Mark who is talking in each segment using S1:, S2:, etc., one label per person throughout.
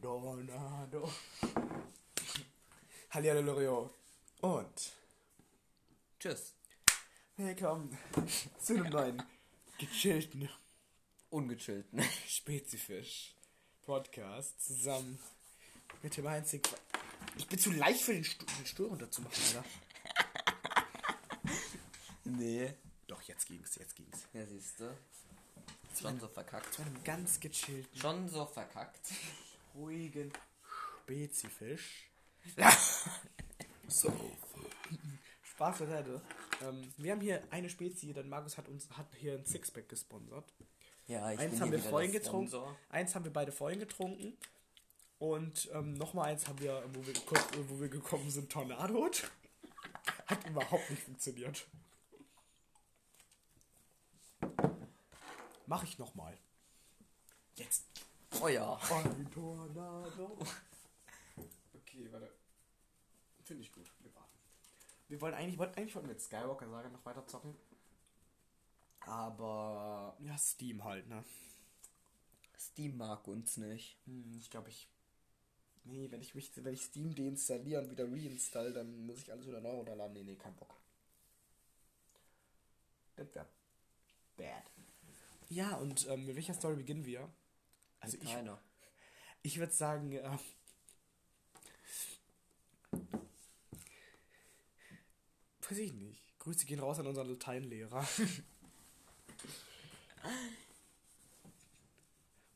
S1: Leonardo. Hallihallo Lorio. Und
S2: Tschüss.
S1: willkommen zu einem neuen gechillten
S2: Ungechillten.
S1: Spezifisch Podcast zusammen mit dem einzig. Ich bin zu leicht für den Stuhl, den Stuhl runterzumachen, oder?
S2: Nee.
S1: Doch, jetzt ging's, jetzt ging's.
S2: Ja, siehst du. Schon so verkackt.
S1: Zu einem ganz gechillten,
S2: Schon so verkackt.
S1: ruhigen Spezifisch.
S2: So.
S1: Spaß beiseite. Ähm, wir haben hier eine Spezie, denn Markus hat uns hat hier ein Sixpack gesponsert.
S2: Ja, ich
S1: Eins
S2: bin
S1: haben
S2: hier
S1: wir
S2: wieder
S1: vorhin
S2: der
S1: getrunken.
S2: Sponsor.
S1: Eins haben wir beide vorhin getrunken. Und ähm, nochmal eins haben wir, wo wir, kurz, wo wir gekommen sind, Tornado. Hat überhaupt nicht funktioniert. Mach ich nochmal.
S2: Jetzt. Oh ja.
S1: Ein Tornado. Okay, warte. Finde ich gut. Wir warten. Wir wollen eigentlich, wollten eigentlich wollten wir mit Skywalker Saga noch weiter zocken. Aber. Ja, Steam halt, ne?
S2: Steam mag uns nicht.
S1: Hm, ich glaube, ich. Nee, wenn ich mich, wenn ich Steam deinstalliere und wieder reinstall, dann muss ich alles wieder neu runterladen. Nee, nee, kein Bock. Das wäre bad. Ja, und ähm, mit welcher Story beginnen wir? Also ich,
S2: Keiner.
S1: ich würde sagen, äh, weiß ich nicht. Grüße gehen raus an unseren Lateinlehrer.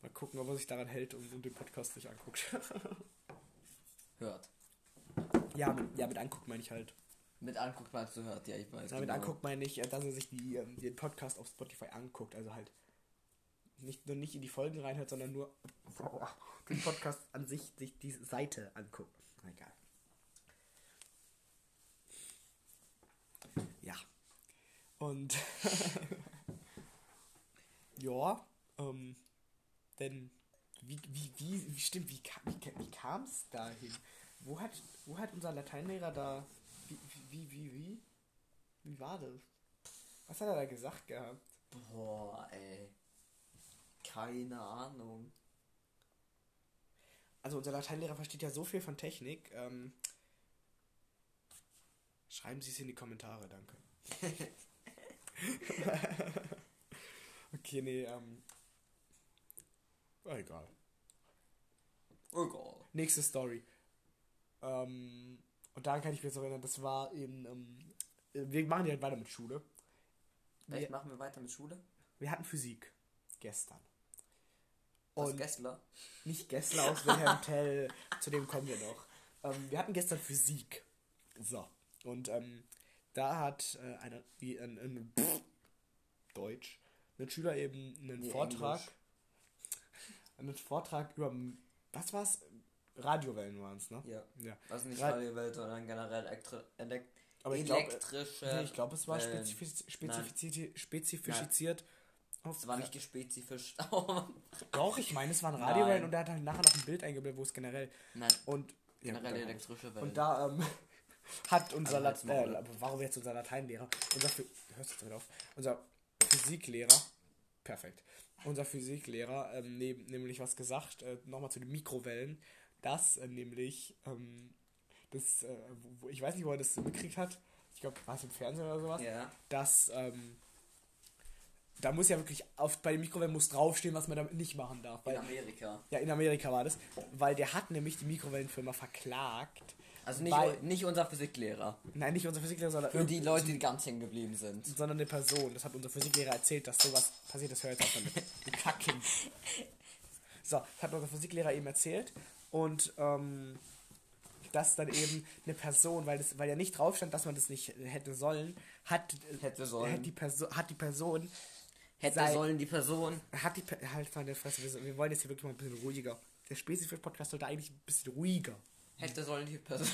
S1: Mal gucken, ob er sich daran hält und, und den Podcast nicht anguckt.
S2: Hört.
S1: ja, mit, ja, mit anguckt meine ich halt.
S2: Mit anguckt meinst du hört, ja, ich weiß.
S1: Damit
S2: genau.
S1: anguckt meine ich, äh, dass er sich die, ähm, den Podcast auf Spotify anguckt. Also halt nicht nur nicht in die Folgen reinhört, sondern nur den Podcast an sich, sich die Seite anguckt. Na, Egal. Ja. Und ja, ähm, denn wie, wie, wie, wie stimmt, wie, ka- wie, ka- wie kam es dahin? Wo hat, wo hat unser Lateinlehrer da, wie, wie, wie, wie, wie war das? Was hat er da gesagt gehabt?
S2: Boah, ey. Keine Ahnung.
S1: Also unser Lateinlehrer versteht ja so viel von Technik. Ähm, schreiben Sie es in die Kommentare, danke. okay, nee, ähm. Egal.
S2: Egal.
S1: Nächste Story. Ähm, und daran kann ich mich jetzt noch erinnern, das war in. Ähm, äh, wir machen ja halt weiter mit Schule.
S2: Vielleicht
S1: Wir,
S2: machen wir weiter mit Schule.
S1: wir hatten Physik gestern.
S2: Was
S1: Und-
S2: Gessler?
S1: Nicht Gessler aus Wilhelm Tell, zu dem kommen wir noch. Ähm, wir hatten gestern Physik. So. Und ähm, da hat äh, einer, die- ein, ein, pff, Deutsch, ein Schüler eben einen
S2: Nee,
S1: Vortrag,
S2: Englisch.
S1: einen Vortrag über, was war's? Radiowellen waren's, ne?
S2: Ja.
S1: Ja.
S2: Also nicht
S1: Ra-
S2: Radiowelt, sondern generell elektri elek
S1: Aber ich glaub, äh,
S2: elektrische.
S1: Nee, ich glaube, es war
S2: Wellen.
S1: spezifiz spezifiziert, spezifiziert auf. äh,
S2: Es war nicht gespezifisch. Oh Nein,
S1: Doch, ich meine, es waren
S2: Nein.
S1: Radiowellen und er hat dann nachher noch ein Bild eingeblendet, wo es generell. Und. ja,
S2: generell
S1: dann- halt.
S2: elektrische Wellen.
S1: Und da ähm, hat unser
S2: Also halt's
S1: Lat
S2: mal,
S1: äh,
S2: oder?
S1: warum jetzt unser Lateinlehrer, unser Phy- hörst du damit auf, unser Physiklehrer, perfekt, unser Physiklehrer ähm, neb- nämlich was gesagt, äh, nochmal zu den Mikrowellen, dass äh, nämlich ähm, das, äh, wo, wo- ich weiß nicht, wo er das mitgekriegt hat, ich glaube, war es im Fernsehen oder sowas,
S2: ja.
S1: dass ähm, da muss ja wirklich auf, bei den Mikrowellen muss draufstehen, was man damit nicht machen darf.
S2: In
S1: Weil,
S2: Amerika.
S1: ja, in Amerika war das, weil der hat nämlich die Mikrowellenfirma verklagt.
S2: Also nicht,
S1: weil-
S2: u- nicht unser Physiklehrer.
S1: Nein, nicht unser Physiklehrer, sondern,
S2: Für die Leute, die ganz hängen geblieben sind.
S1: sondern eine Person. Das hat unser Physiklehrer erzählt, dass sowas passiert. Das hör jetzt auf damit. Du Kacken. So, das hat unser Physiklehrer eben erzählt. Und ähm, dass dann eben eine Person, weil, das, weil ja nicht drauf stand, dass man das nicht hätte sollen, hat,
S2: Hätte sollen.
S1: Hat, die Perso hat die Person.
S2: Hätte
S1: sei-
S2: sollen die Person.
S1: Hat die Per- halt mal eine Fresse. Wir, wir wollen jetzt hier wirklich mal ein bisschen ruhiger. Der Spezifisch-Podcast sollte eigentlich ein bisschen ruhiger.
S2: Hätte sollen die Person.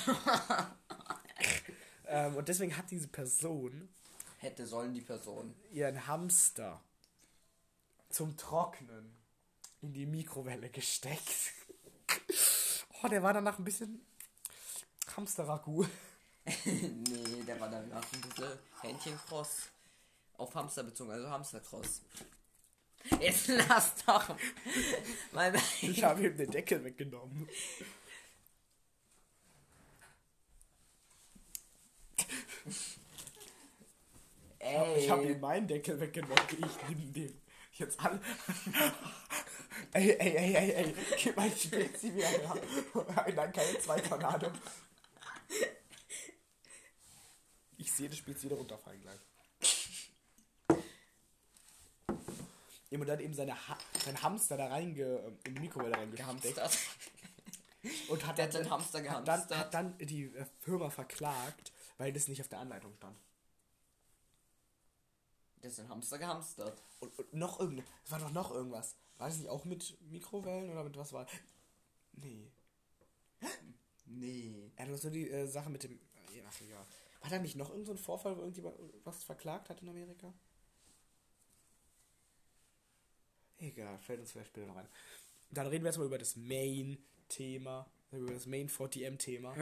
S1: Ähm, und deswegen hat diese Person
S2: Hätte sollen die Person.
S1: ihren Hamster zum Trocknen in die Mikrowelle gesteckt. Oh, der war danach ein bisschen Hamsterragout.
S2: nee, der war danach ein bisschen Hähnchencross. Auf Hamster bezogen, also Hamstercross. Jetzt lass doch mal bei.
S1: Ich habe ihm den Deckel weggenommen.
S2: Ey,
S1: Ich habe ihm meinen Deckel weggenommen. Ich nimm den. Jetzt alle. ey, ey, ey, ey, ey. Gib mal Spezi mir her. Nein, keine zwei Tornado. Ich sehe das Spezi wieder runterfallen gleich. Ja, Und dann eben seine ha seinen Hamster da reinge im Mikrowelle reingesteckt
S2: gehamstert.
S1: und hat
S2: Der hat
S1: dann,
S2: seinen Hamster
S1: hat dann,
S2: gehamstert.
S1: hat dann die äh, Firma verklagt, weil das nicht auf der Anleitung stand.
S2: Der ist ein Hamster gehamstert.
S1: Und, und noch irgend, es war doch noch irgendwas. War das nicht auch mit Mikrowellen oder mit was war? Nee.
S2: Nee.
S1: Er hat so die äh, Sache mit dem. äh, Ach ja. War da nicht noch irgendein so ein Vorfall, wo irgendjemand was verklagt hat in Amerika? Egal, fällt uns vielleicht später noch ein. Dann reden wir jetzt mal über das Main-Thema. Über das Main-4TM-Thema.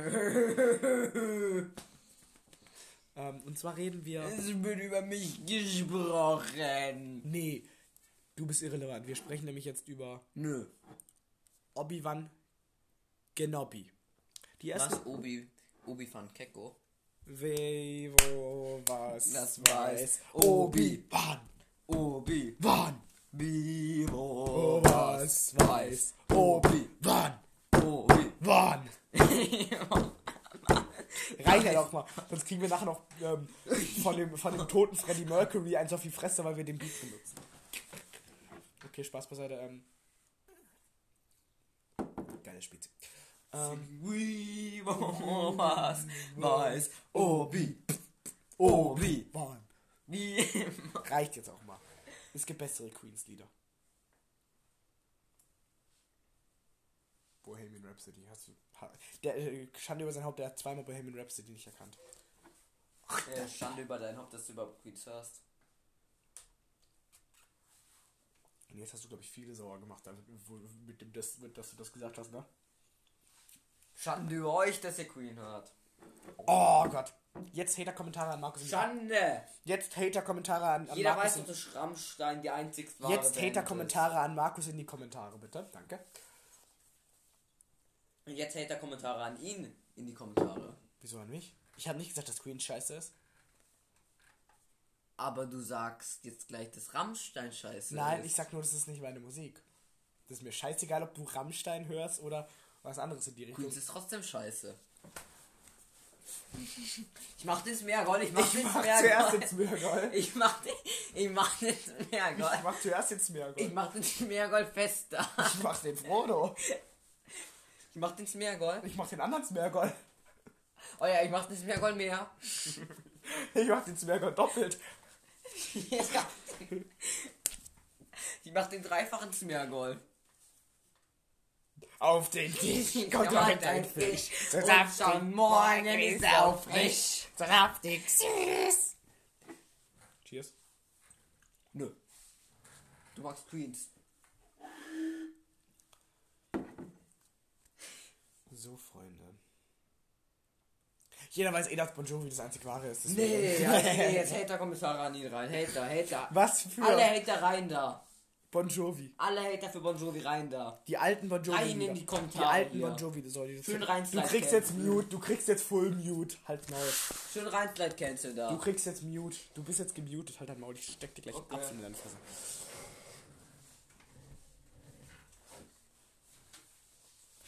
S1: ähm, und zwar reden wir.
S2: Es wird über mich gesprochen.
S1: Nee, du bist irrelevant. Wir sprechen nämlich jetzt über
S2: Nö.
S1: Obi-Wan Kenobi. Die erste.
S2: Was? Obi. Obi van Kekko.
S1: Weh, wo, was?
S2: Das weiß
S1: Obi-Wan.
S2: Obi.
S1: Wann?
S2: Bivo.
S1: Wo, Oh, was? Weiß. Obi-Wan.
S2: Obi.
S1: Wann? Reicht ja doch mal. Sonst kriegen wir nachher noch ähm, von, dem, von dem toten Freddie Mercury eins auf die Fresse, weil wir den Beat benutzen. Okay, Spaß beiseite. Ähm. Geile Spitze. Ähm,
S2: Bivo. Was? Weiß. Obi. Obi.
S1: Wann?
S2: Wie?
S1: Reicht jetzt auch mal. Es gibt bessere Queens-Lieder. Bohemian Rhapsody. Hast du. Ha, der äh, Schande über sein Haupt, der hat zweimal Bohemian Rhapsody nicht erkannt.
S2: Äh, Schande über dein Haupt, dass du überhaupt Queens hörst.
S1: Und jetzt hast du, glaube ich, viele sauer gemacht, damit, wo, mit dem, das, mit, dass du das gesagt hast, ne?
S2: Schande über euch, dass ihr Queen hört.
S1: Oh Gott. Jetzt Hater-Kommentare an Markus. und-
S2: Schande!
S1: Jetzt Hater-Kommentare an, an
S2: Jeder
S1: Markus.
S2: weiß,
S1: und-
S2: dass Rammstein die einzigst wahre
S1: Jetzt
S2: Band
S1: Hater-Kommentare an Markus in die Kommentare, bitte. Danke.
S2: ist. Und jetzt Hater-Kommentare an ihn in die Kommentare.
S1: Wieso an mich? Ich habe nicht gesagt, dass Queen scheiße ist.
S2: Aber du sagst jetzt gleich, dass Rammstein scheiße
S1: Nein, ich
S2: ist.
S1: sag nur, das ist nicht meine Musik. Das ist mir scheißegal, ob du Rammstein hörst oder was anderes in die Richtung.
S2: Queens ist trotzdem scheiße. Ich mach das mehr Gold, ich mach
S1: Ich
S2: das
S1: mach
S2: mehr
S1: zuerst
S2: Gold.
S1: jetzt Meergol.
S2: genau. Ich mach, den- ich mach das mehr
S1: Ich
S2: Gold.
S1: mach zuerst jetzt Meergol.
S2: Ich mach den Meergol fester.
S1: Ich mach den Frodo.
S2: Ich mach den Meergol.
S1: Ich mach den anderen Smeargol.
S2: Oh ja, ich mach den Meergol mehr.
S1: Ich mach den Smeargol doppelt.
S2: Ich mach den dreifachen Smeargol.
S1: Auf den Tisch kommt
S2: Ja,
S1: heute
S2: dein
S1: ein Fisch.
S2: Fisch.
S1: So
S2: Und
S1: saftig,
S2: schon morgen ist er auch frisch.
S1: So saftig, süß. Cheers.
S2: Nö. Du magst Queens.
S1: So, Freunde. Jeder weiß eh, dass Bon Jovi das einzig wahre ist. deswegen.
S2: Nee, ja, nee jetzt Hater-Kommentare an ihn rein. Hater, Hater.
S1: Was für
S2: Alle Hater rein da.
S1: Bon Jovi.
S2: Alle Hater für Bon Jovi rein da.
S1: Die alten Bon Jovi.
S2: Rein in
S1: Lieder.
S2: die Kommentare
S1: Die alten
S2: hier.
S1: Bon Jovi. Das soll die
S2: Schön rein
S1: Du
S2: sliden.
S1: kriegst jetzt Mute. Du kriegst jetzt Full Mute. Halt Maul.
S2: Schön rein, Slide Cancel
S1: Du
S2: da.
S1: kriegst jetzt Mute. Du bist jetzt gemutet. Halt dein Maul. Ich steck dir gleich
S2: Okay.
S1: einen Apfel in deine Fresse.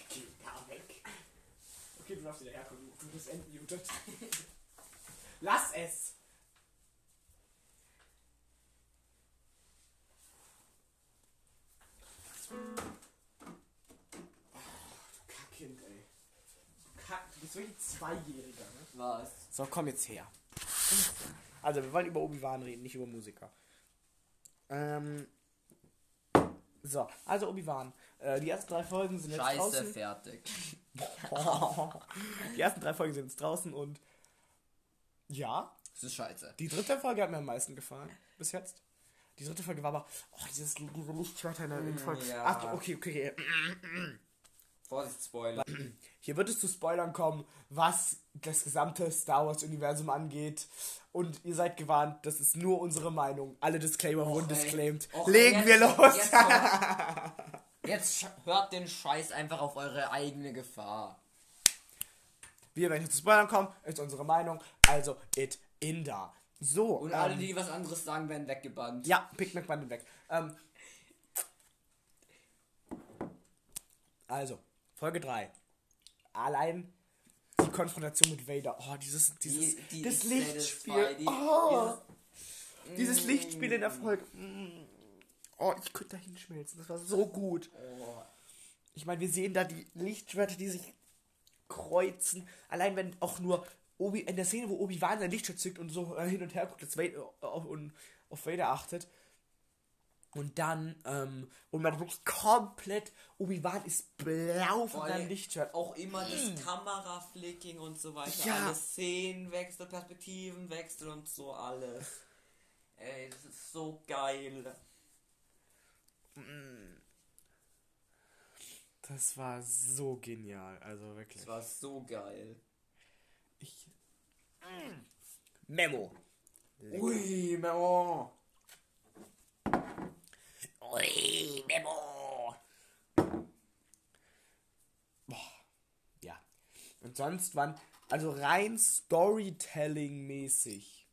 S1: Geh da weg. Okay, du darfst wieder herkommen. Du bist entmutet. Lass es! Ach, du Kackkind, ey. Du Kack, du bist wirklich ein Zweijähriger, ne?
S2: Was?
S1: So, komm jetzt her. Also, wir wollen über Obi-Wan reden, nicht über Musiker. Ähm. So, also Obi-Wan. Äh, die ersten drei Folgen sind jetzt
S2: Scheiße,
S1: draußen.
S2: fertig.
S1: Die ersten drei Folgen sind jetzt draußen und. Ja,
S2: Das ist scheiße.
S1: die dritte Folge hat mir am meisten gefallen. Bis jetzt. Die dritte Folge war aber. Oh, dieses, diese Lichtschwerter in der Intro.
S2: ja.
S1: Ach, okay, okay.
S2: Vorsicht, Spoiler.
S1: Hier wird es zu Spoilern kommen, was das gesamte Star Wars-Universum angeht. Und ihr seid gewarnt, das ist nur unsere Meinung. Alle Disclaimer wurden
S2: ey.
S1: disclaimed.
S2: Och, jetzt-
S1: Legen wir los!
S2: Jetzt, kommt- jetzt sch- hört den Scheiß einfach auf eure eigene Gefahr.
S1: wir werden jetzt zu Spoilern kommen, ist unsere Meinung. Also, it in da. So.
S2: Und alle, die was anderes sagen, werden weggebannt.
S1: Ja, Picknick Bande weg. Ähm, also, Folge 3. Allein die Konfrontation mit Vader. Oh, dieses, dieses
S2: Die- die-
S1: das
S2: die-
S1: Lichtspiel.
S2: zwei, die- Mm.
S1: oh, dieses, Lichtspiel in der Folge. Mm. Oh, ich könnte da hinschmelzen. Das war so gut.
S2: Oh,
S1: Ich meine, wir sehen da die Lichtschwerter, die sich kreuzen. Allein wenn auch nur Obi in der Szene, wo Obi-Wan sein Lichtschwert zückt und so äh, hin und her guckt, dass Vader, auf, und auf Vader achtet. Und dann, ähm, und man wirklich komplett, Obi-Wan ist blau von
S2: Boah,
S1: seinem
S2: ey.
S1: Lichtschwert. Hm.
S2: auch immer das Kameraflicking und so weiter.
S1: Ja.
S2: Alle Szenenwechsel, Perspektivenwechsel und so alles. Ey, das ist so geil.
S1: Das war so genial, also wirklich.
S2: Das war so geil.
S1: Ich, Memo.
S2: Ui, Memo.
S1: Ui, Memo. Boah. Ja. Und sonst waren, also rein Storytelling-mäßig.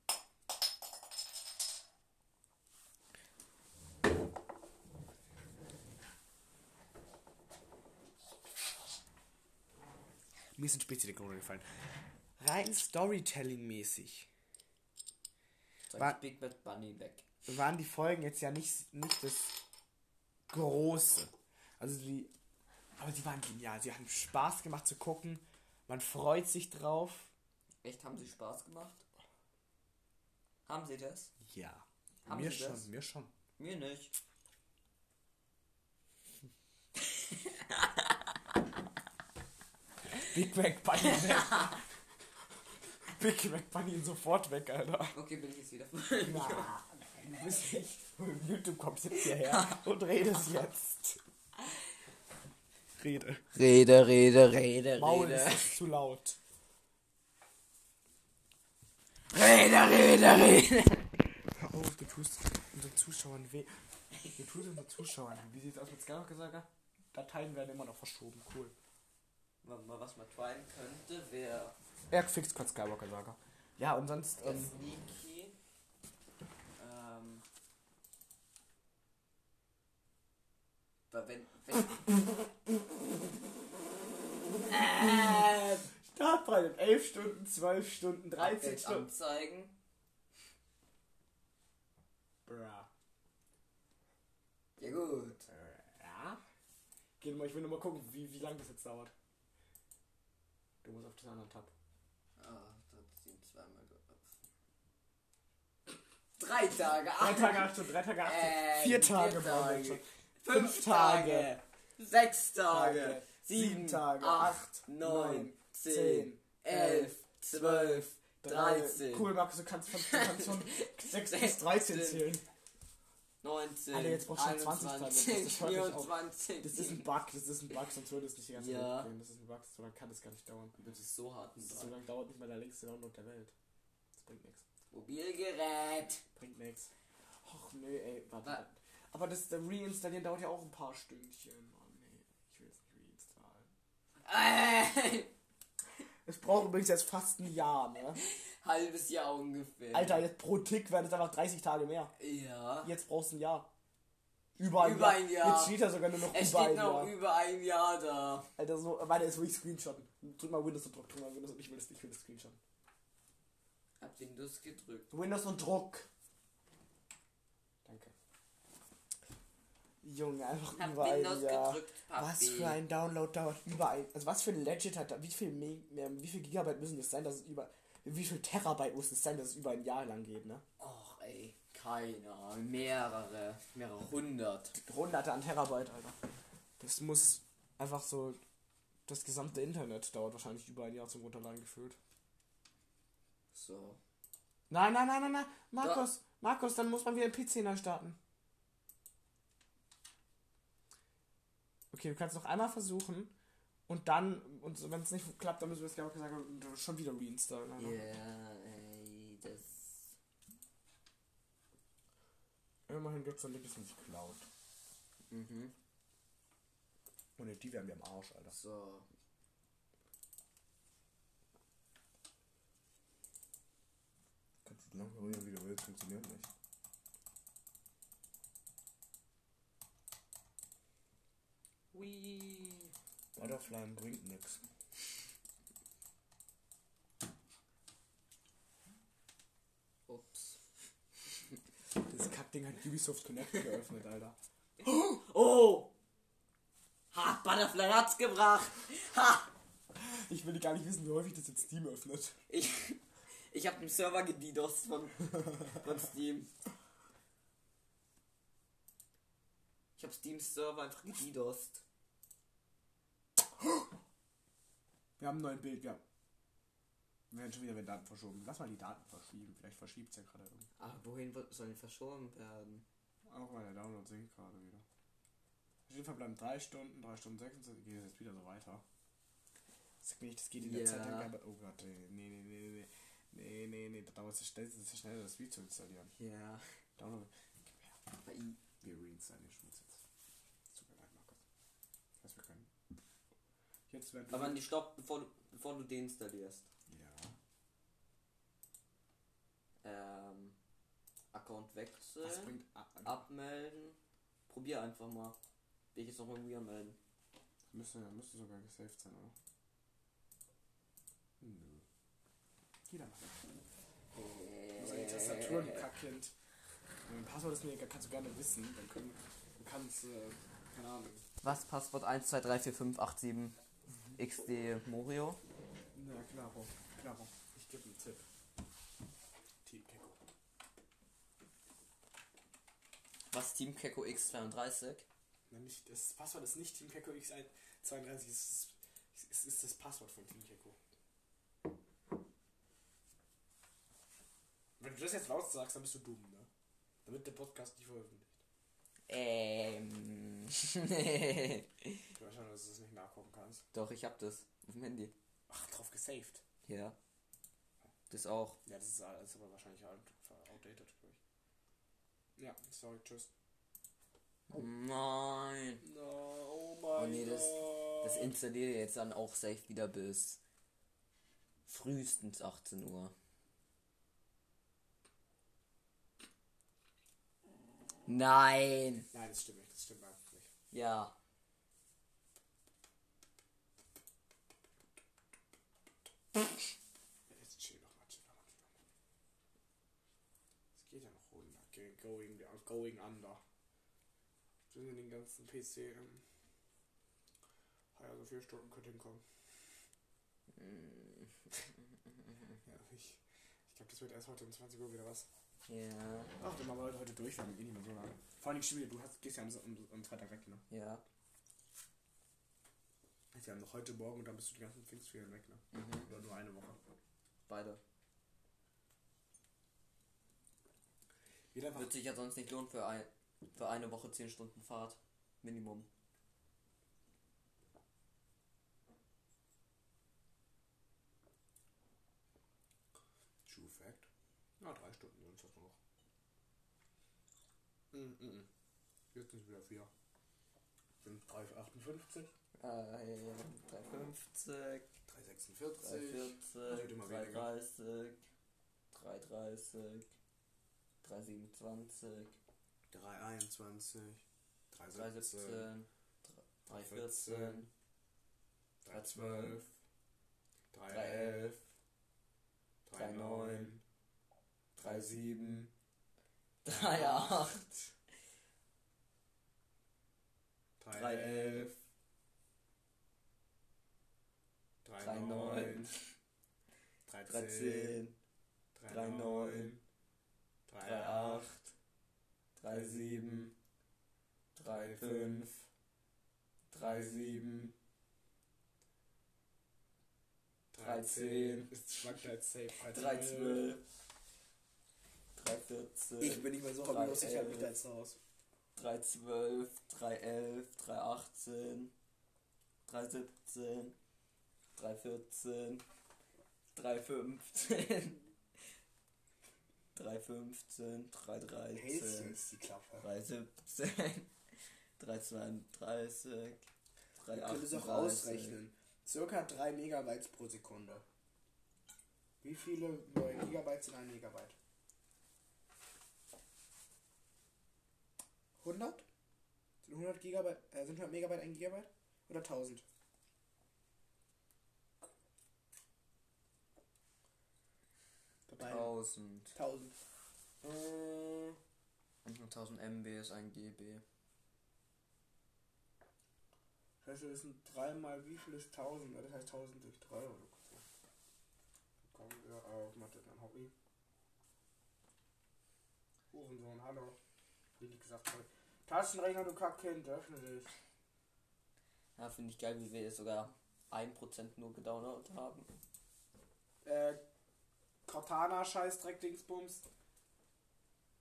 S1: Mir ist ein Spezi der Krone gefallen. Rein Storytelling-mäßig
S2: Sag
S1: Wa-
S2: ich Big Bad Bunny weg.
S1: waren die Folgen jetzt ja nicht, nicht das Große. Also die. Aber die waren genial. Sie haben Spaß gemacht zu gucken. Man freut sich drauf.
S2: Echt, haben sie Spaß gemacht? Haben sie das?
S1: Ja.
S2: Haben
S1: mir
S2: sie
S1: schon,
S2: das?
S1: mir schon.
S2: Mir nicht.
S1: Big Mac Bunny weg. Big Mac Bunny sofort weg, Alter.
S2: Okay, bin ich jetzt wieder.
S1: Du bist nicht. YouTube kommt jetzt hierher und redest jetzt. Rede.
S2: Rede, Rede, Rede,
S1: Maul ist es zu laut.
S2: Rede, Rede, Rede.
S1: Hör auf, du tust unseren Zuschauern weh. Du tust unseren Zuschauern weh. Wie sieht's aus mit Skywalker-Saga? Dateien werden immer noch verschoben. Cool.
S2: Wenn man was mal treiben könnte, wäre
S1: Er fixt kurz Skywalker-Saga. Ja, und sonst,
S2: der
S1: ähm,
S2: Sneaky. Ähm. Weil wenn, wenn
S1: Startbreit in 11 Stunden, 12 Stunden, 13
S2: Update
S1: Stunden.
S2: anzeigen.
S1: Bra.
S2: Ja gut.
S1: Ja? Geh mal, ich will nur mal gucken, wie, wie lange das jetzt dauert. Du musst auf den anderen Tab.
S2: Ah, das hat ihn zweimal geöffnet. Drei Tage,
S1: Drei
S2: acht
S1: Tage, 8 Stunden, drei Tage, 8 Stunden.
S2: Äh, vier
S1: Vier Tage,
S2: Tage.
S1: brauchen wir schon.
S2: Fünf
S1: Fünf Tage.
S2: Tage. Sechs
S1: Tage.
S2: Tage.
S1: Sieben
S2: Sieben
S1: Tage.
S2: Tage. Acht,
S1: Acht, neun,
S2: neun,
S1: zehn,
S2: zehn, elf, zwölf, dreizehn,
S1: Cool, Markus, du kannst von, du kannst von 6 bis 13 zählen.
S2: neunzehn,
S1: Alter, jetzt brauchst du schon 20 Tage, das
S2: einundzwanzig,
S1: hört nicht auf.
S2: vierundzwanzig.
S1: Das ist ein Bug, das ist ein Bug, sonst würde es nicht die ganze
S2: Ja.
S1: Zeit gehen. Das ist ein Bug, so lange kann das gar nicht dauern.
S2: Das ist so hart ein
S1: So
S2: Tag.
S1: lange dauert nicht mal der längste Download der Welt. Das bringt nichts.
S2: Mobilgerät.
S1: Bringt nichts. Och nö, ey, warte.
S2: Wa-
S1: Aber das der Reinstallieren dauert ja auch ein paar Stündchen. Oh nee, ich will es nicht reinstallen.
S2: Äh,
S1: Es braucht übrigens jetzt fast ein Jahr, ne?
S2: halbes Jahr ungefähr.
S1: Alter, jetzt pro Tick wären es einfach 30 Tage mehr.
S2: Ja.
S1: Jetzt brauchst du ein Jahr. Über ein,
S2: Über
S1: Jahr.
S2: ein Jahr.
S1: Jetzt steht da sogar nur noch
S2: Es
S1: über ein
S2: steht noch
S1: Jahr.
S2: über ein Jahr da.
S1: Alter, so, warte, jetzt will ich screenshotten. Drück mal Windows und Druck, drück mal Windows und ich will das, ich will das screenshotten.
S2: Hab den Nuss gedrückt.
S1: Windows und Druck. Danke. Junge, einfach
S2: Hab
S1: über ein
S2: Windows
S1: Jahr.
S2: gedrückt, Papi.
S1: Was für ein Download dauert über ein. Also was für ein Legit hat da. Wie viel, Me- mehr, wie viel Gigabyte müssen es sein, dass es über. Wie viel Terabyte muss es sein, dass es über ein Jahr lang geht, ne?
S2: Och ey, keine Ahnung. Mehrere, mehrere hundert.
S1: Hunderte an Terabyte, Alter. Das muss einfach so. Das gesamte Internet dauert wahrscheinlich über ein Jahr zum Runterladen gefühlt.
S2: So.
S1: Nein, nein, nein, nein, nein. Markus, Markus, dann muss man wieder den PC neu starten. Okay, du kannst noch einmal versuchen Und dann, und wenn es nicht klappt, dann müssen wir es glaube ich gesagt haben, schon wieder reinstallen.
S2: Ja,
S1: einfach.
S2: ey, das.
S1: Immerhin gibt es ein bisschen die Cloud.
S2: Mhm.
S1: Ohne die wären wir am Arsch, Alter.
S2: So.
S1: Kannst du lange reden, wie du willst, funktioniert nicht.
S2: Wee.
S1: Butterfly bringt nichts.
S2: Ups.
S1: Das Kackding hat Ubisoft Connect geöffnet, Alter.
S2: Oh! Ha, Butterfly hat's gebracht! Ha!
S1: Ich will gar nicht wissen, wie häufig das jetzt Steam öffnet.
S2: Ich, ich hab den Server gedidos von, von Steam. Ich hab Steams Server einfach gedidost.
S1: Wir haben ein neues Bild, ja. Wir werden schon wieder mit Daten verschoben. Lass mal die Daten verschieben. Vielleicht verschiebt es ja gerade irgendwie.
S2: Aber Ah, wohin wird- sollen die verschoben werden?
S1: Auch meine Downloads sinkt gerade wieder. Auf jeden Fall bleiben 3 Stunden, 3 Stunden 26. Geht das jetzt wieder so weiter? Sag mir nicht, das geht in der
S2: Ja.
S1: Zeitangabe. Oh Gott, nee, nee, nee, nee, nee. Nee, nee, nee, da dauert es schnell, das ist schneller, das Video zu installieren.
S2: Ja.
S1: Download.
S2: Bei I.
S1: Wir reinstallieren schon jetzt. Tut mir leid, Markus. Was wir können. Jetzt werden
S2: Aber an die Stopp, bevor du, bevor du den installierst.
S1: Ja.
S2: Ähm, Account
S1: Was
S2: wechseln,
S1: bringt ab?
S2: abmelden. Probier einfach mal. Will ich jetzt nochmal wieder melden.
S1: Müsste, müsste sogar gesaved sein, oder? Nö. Jeder macht das. Äh, Tastatur, du Kackkind. Mein Passwort ist mir egal, kannst du gerne wissen. Dann können, du kannst, äh, keine Ahnung.
S2: Was? Passwort 123458 Mhm. XD Morio?
S1: Na, klaro, klaro. Ich gebe einen Tipp. T-Keko.
S2: Was? Team Keko X32?
S1: Nämlich, das Passwort ist nicht Team Keko X32, es ist, es ist das Passwort von Team Keko. Wenn du das jetzt laut sagst, dann bist du dumm, ne? Damit der Podcast nicht veröffentlicht.
S2: Ähm.
S1: Ich weiß schon, dass du es nicht nachgucken kannst.
S2: Doch, ich hab das. Auf dem Handy.
S1: Ach, drauf gesaved.
S2: Ja. Das auch.
S1: Ja, das ist, alles aber wahrscheinlich alt- outdated, glaube ich. Ja, sorry, tschüss.
S2: Nein.
S1: No, oh mein
S2: Oh nee, das-
S1: Gott.
S2: Das installiere jetzt dann auch safe wieder bis frühestens 18 Uhr. Nein.
S1: Nein, das stimmt nicht, das stimmt einfach nicht.
S2: Ja.
S1: Jetzt chill doch mal, chill doch mal, chill doch mal. Es geht ja noch runter. Ge- Going, going under. Wir sind den ganzen PC. Ähm, Ah ja, so vier Stunden könnte hinkommen.
S2: Mm,
S1: Ja, ich ich glaube, das wird erst heute um 20 Uhr wieder was.
S2: Ja.
S1: Ach, dann machen wir heute durch, wir haben eh nicht mehr so lange. Vor allem, Schmiede, du hast, gehst ja am, Son- am, am Freitag weg, ne?
S2: Ja.
S1: Wir haben noch heute Morgen und dann bist du die ganzen Pfingstferien weg, ne? Oder nur eine Woche.
S2: Mhm. Beide.
S1: Jeder war
S2: Wird sich ja sonst nicht lohnen für, ein, für eine Woche 10 Stunden Fahrt. Minimum.
S1: True Fact. Na, drei Stunden sind das nur noch. Mm -mm. Jetzt sind es wieder vier. Sind 3,58,
S2: Äh, 350,
S1: 3,46.
S2: 340,
S1: Das wird immer weniger.
S2: 330, 330, 327,
S1: 3,21, Also, 3,17,
S2: 317, 314,
S1: 3,12, 3,11, 3,9, 3,7,
S2: 38,
S1: 3,11, 3,9, 13,
S2: 13, 38, 37, 35,
S1: 3,9, 3,8, 37,
S2: 13.
S1: Es schwankt halt safe.
S2: 312, 314.
S1: Ich bin nicht mehr so
S2: harmlos, ich halte mich da
S1: jetzt raus.
S2: 312, 311, 318, 317, 314, 315, 315, Äh,
S1: Hältst du
S2: 313,
S1: jetzt die Klappe?
S2: 317, 332,
S1: Du könntest auch
S2: 338.
S1: ausrechnen. Circa 3 Megabytes pro Sekunde. Wie viele 9 Gigabytes in 1 Megabyte? 100? Sind 100 Gigabyte, äh, sind 100 Megabyte 1 Gigabyte? Oder 1000? Bei beiden.
S2: 1000.
S1: 1000.
S2: Äh, 1000 MB ist ein GB.
S1: Das heißt, das sind 3 mal wie viel ist 1000? Das heißt 1000 durch 3 oder so. Komm, ja, äh, auf, mach das mein Hobby. Hurensohn, hallo. Wie die gesagt hat. Taschenrechner, du Kackkind, öffne dich.
S2: Ja, finde ich geil, wie wir jetzt sogar 1% nur gedownloadet haben.
S1: Äh, Cortana, Scheißdreck, Dingsbums.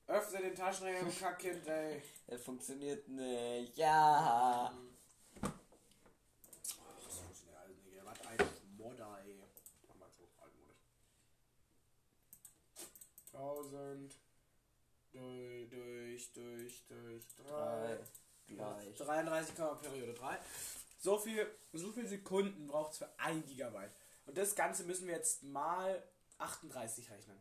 S1: Öffne den Taschenrechner, du Kackkind, ey.
S2: Er funktioniert nicht. Ja.
S1: Das funktioniert alles nicht. Er hat einen Modder, ey. Mach mal so, altmodisch. 1000 durch, durch, durch, durch 3.
S2: Drei. Gleich.
S1: 33 Komma Periode 3. So viel, so viel Sekunden braucht es für 1 Gigabyte. Und das Ganze müssen wir jetzt mal 38 rechnen.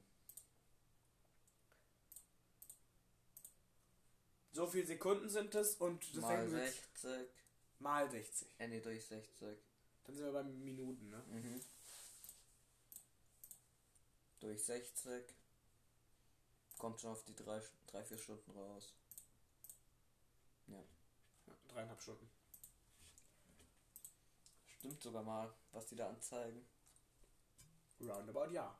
S1: So viel Sekunden sind es und das
S2: Mal
S1: rechnen wir jetzt
S2: 60.
S1: mal 60.
S2: Äh, nee, durch 60.
S1: Dann sind wir bei Minuten, ne?
S2: Mhm. Durch 60. Kommt schon auf die 3, drei 4 Stunden raus.
S1: Ja, Dreieinhalb Stunden.
S2: Stimmt sogar mal, was die da anzeigen.
S1: Roundabout ja.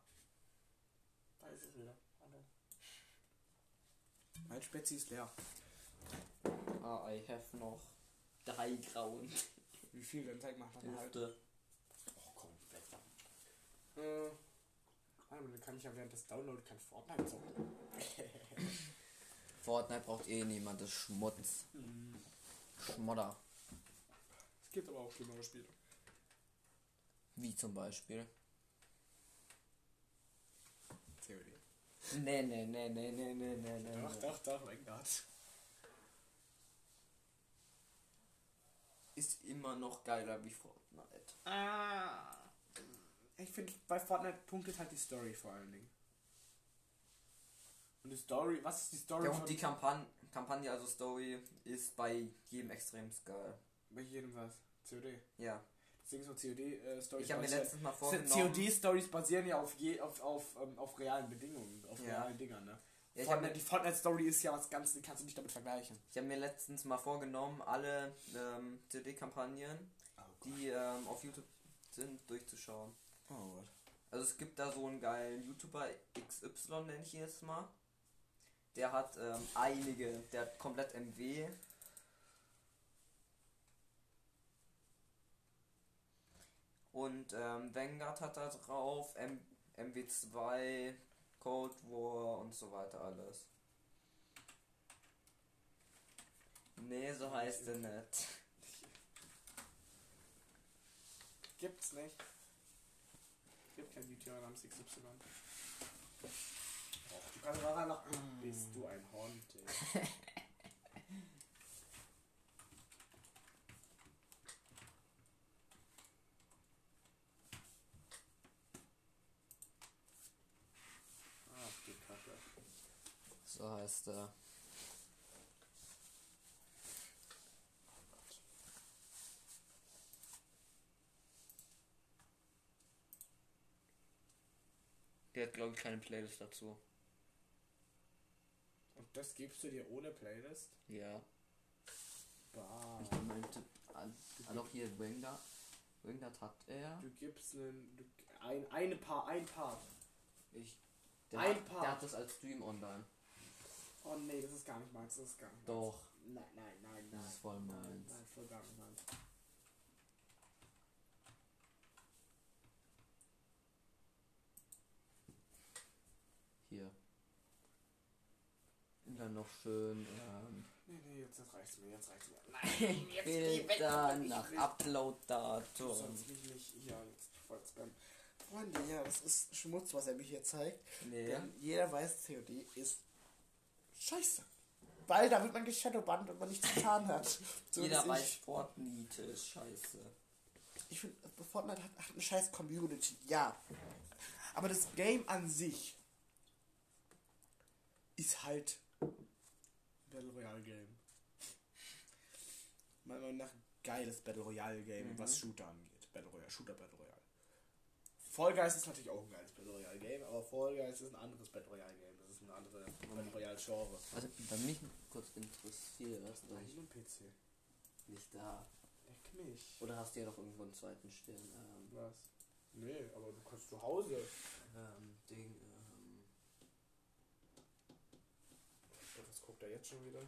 S1: Da ist es wieder. Hallo. Mein Spezi ist leer.
S2: Ah, I have noch drei grauen
S1: Wie viel denn? Zeig mal. Warte mal halt.
S2: Hälfte.
S1: Oh, komm, weg. Äh, warte mal, dann kann ich ja während des Downloads kein Fortnite zocken.
S2: Fortnite braucht eh niemand, das ist Schmutz. Schmodder.
S1: Es gibt aber auch schlimmere Spiele.
S2: Wie zum Beispiel.
S1: COD.
S2: Nee, nee, nee, nee, nee, nee, nee, nee.
S1: Doch, doch, doch, mein Gott.
S2: Ist immer noch geiler wie Fortnite.
S1: Ah. Ich finde, bei Fortnite punktet halt die Story vor allen Dingen. Und die Story, was ist die Story
S2: Ja,
S1: von-
S2: und die Kampagne, Kampagne, also Story, ist bei jedem extrem geil.
S1: bei jedem was? COD.
S2: Ja.
S1: Deswegen ist so COD-Stories.
S2: Ich habe mir letztens mal vorgenommen.
S1: COD-Stories basieren ja auf, je, auf, auf, ähm, auf realen Bedingungen, auf
S2: Ja.
S1: realen Dingern, ne?
S2: Ja, ich hab
S1: Fortnite,
S2: mir-
S1: die Fortnite-Story ist ja was ganz, die kannst du nicht damit vergleichen.
S2: Ich habe mir letztens mal vorgenommen, alle ähm, CD-Kampagnen, die ähm, auf YouTube sind, durchzuschauen.
S1: Oh Gott.
S2: Also es gibt da so einen geilen YouTuber, XY nenne ich ihn jetzt mal. Der hat ähm, einige, der hat komplett MW. Und ähm, Vanguard hat da drauf, M MW2, Cold War und so weiter alles. Nee, so heißt er nicht.
S1: Gibt's nicht. Gibt kein YouTuber namens XY. Och, du kannst aber noch. Hm. Bist du ein Horn, ey. Ach, die Kacke.
S2: So heißt er. Der hat, glaube ich, keine Playlist dazu.
S1: Und das gibst du dir ohne Playlist?
S2: Ja.
S1: Bah.
S2: Ich meinte, also auch hier Wengard. Wengard hat er.
S1: Du gibst einen. Du, ein, eine Paar, ein Paar.
S2: Ich, der,
S1: Ein
S2: hat,
S1: Paar.
S2: der hat das als Stream online.
S1: Oh nee, das ist gar nicht meins, das ist gar nicht meins.
S2: Doch.
S1: Nein, nein, nein, nein.
S2: Das ist voll
S1: Nein,
S2: meins.
S1: nein, voll gar nicht meins.
S2: Hier. Dann
S3: noch schön ähm,
S1: Nee, nee, jetzt jetzt reicht's mir, jetzt reicht's mir. Nein,
S3: Bilder nach
S1: du
S3: Upload-Datum.
S1: sollst mich nicht hier jetzt voll spammen. Freunde, ja, das ist Schmutz, was er mir hier zeigt.
S3: Nee.
S1: Denn jeder weiß, COD ist scheiße. Weil da wird man geshadowbannt und man nichts getan hat. So
S3: Jeder
S1: dass
S3: weiß,
S1: ich-
S3: Fortnite ist scheiße.
S1: Ich finde, Fortnite hat, hat eine scheiß Community, ja. Aber das Game an sich ist halt ein Battle Royale Game. Meiner Meinung nach ein geiles Battle Royale Game, was Shooter angeht. Battle Royale, Shooter Battle Royale. Fall Guys ist natürlich auch ein geiles Battle Royale Game, aber Fall Guys ist ein anderes Battle Royale Game. Das ist eine andere Battle Royale Genre.
S3: Also, bei mich kurz interessiert, hast du
S1: Nein, nur PC.
S3: nicht da?
S1: Leck mich.
S3: Oder hast du ja noch irgendwo einen zweiten Stern? Ähm,
S1: Was? Nee, aber du kannst zu Hause.
S3: ähm, Ding, ähm,
S1: Was guckt er jetzt schon wieder?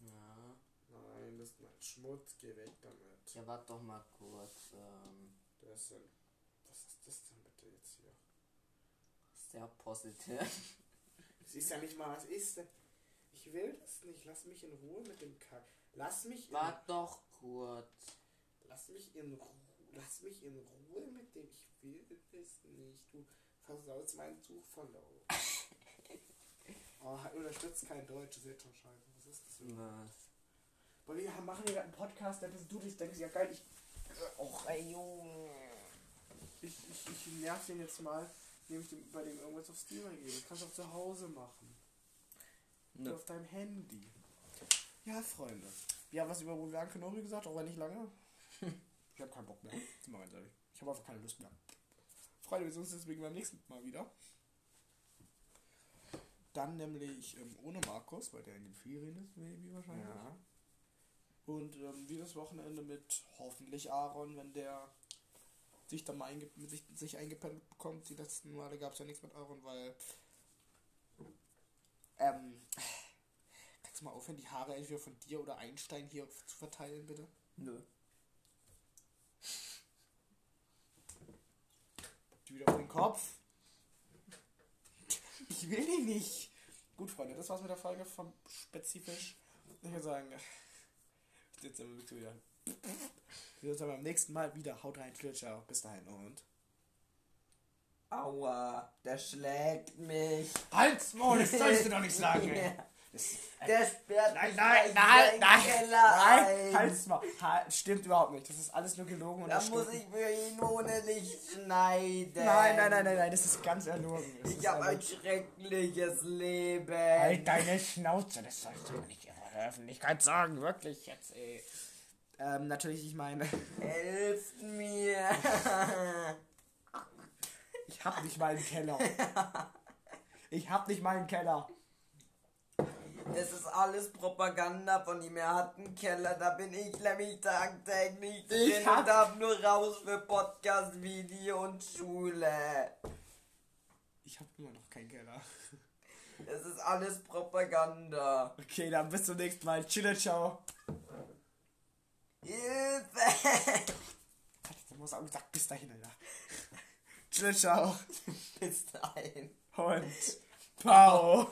S3: ja.
S1: Nein, das ist mein Schmutz, geh weg damit.
S3: Ja, warte doch mal kurz. Ähm,
S1: Das ist ein- was ist das denn bitte jetzt hier?
S3: sehr positiv.
S1: Es ist ja nicht mal, was ist denn? Ich will das nicht, lass mich in Ruhe mit dem Kack. Lass mich in,
S3: Warte doch kurz.
S1: lass mich in Ruhe, lass mich in Ruhe mit dem, ich will das nicht. Du versaust meinen Suchverlauf. oh, unterstützt kein Deutsch, das ist jetzt schon scheiße. Was ist das denn?
S3: Was?
S1: Weil wir haben- machen hier gerade einen Podcast, da bist du dich, denkst ja geil, ich. Och, ey, Junge. Ich, ich, ich nerv den jetzt mal, indem ich dem, bei dem irgendwas auf Steam eingebe. Das kannst du auch zu Hause machen. Oder
S3: Ne.
S1: auf deinem Handy. Ja, Freunde. Wir haben was über Rogan Kenobi gesagt, auch wenn nicht lange. ich habe keinen Bock mehr. Sind wir ganz ehrlich. Ich habe einfach keine Lust mehr. Freunde, wir sehen uns deswegen beim nächsten Mal wieder. Dann nämlich ähm, ohne Markus, weil der in den Ferien ist, maybe wahrscheinlich.
S3: Ja.
S1: Und ähm, dieses Wochenende mit hoffentlich Aaron, wenn der sich dann mal einge mit sich, sich eingepennt bekommt. Die letzten Male gab es ja nichts mit Aaron, weil. Ähm. Kannst du mal aufhören, die Haare entweder von dir oder Einstein hier zu verteilen, bitte?
S3: Nö.
S1: Die wieder auf den Kopf. Ich will die nicht. Gut, Freunde, das war's mit der Folge von Spezifisch. Ich würde sagen, ich sitze immer wirklich wieder. Wir sehen uns aber beim nächsten Mal wieder. Haut rein, tschüss, ciao. Bis dahin und.
S3: Aua, der schlägt mich.
S1: Halt's Maul, das sollst du doch nicht sagen, ey. Das,
S3: Der sperrt
S1: nein,
S3: mich
S1: nein,
S3: in
S1: nein,
S3: seinen
S1: nein,
S3: Keller
S1: nein, halt,
S3: ein.
S1: halt's Maul. Ha, stimmt überhaupt nicht. Das ist alles nur gelogen und
S3: Da
S1: erstunden.
S3: muss ich für ihn ohne Licht schneiden.
S1: Nein, nein, nein, nein, nein, das ist ganz erlogen. Das
S3: Ich
S1: ist
S3: habe ein
S1: erlogen.
S3: schreckliches Leben.
S1: Halt deine Schnauze, das sollst du doch nicht in der Öffentlichkeit sagen, wirklich jetzt, ey. Ähm, natürlich, ich meine,
S3: Helft mir.
S1: ich hab nicht mal einen Keller. Ich hab nicht mal einen Keller.
S3: Es ist alles Propaganda von ihm. Er hat einen Keller, da bin ich nämlich tagtäglich
S1: Ich
S3: drin
S1: hab-
S3: und darf nur raus für Podcast, Video und Schule.
S1: Ich hab immer noch keinen Keller.
S3: Es ist alles Propaganda.
S1: Okay, dann bis zum nächsten Mal. Tschüss, ciao.
S3: Hilfe!
S1: Jetzt muss auch gesagt, bis dahin, Alter. Tschüss, ciao.
S3: Bis dahin.
S1: Und Pau.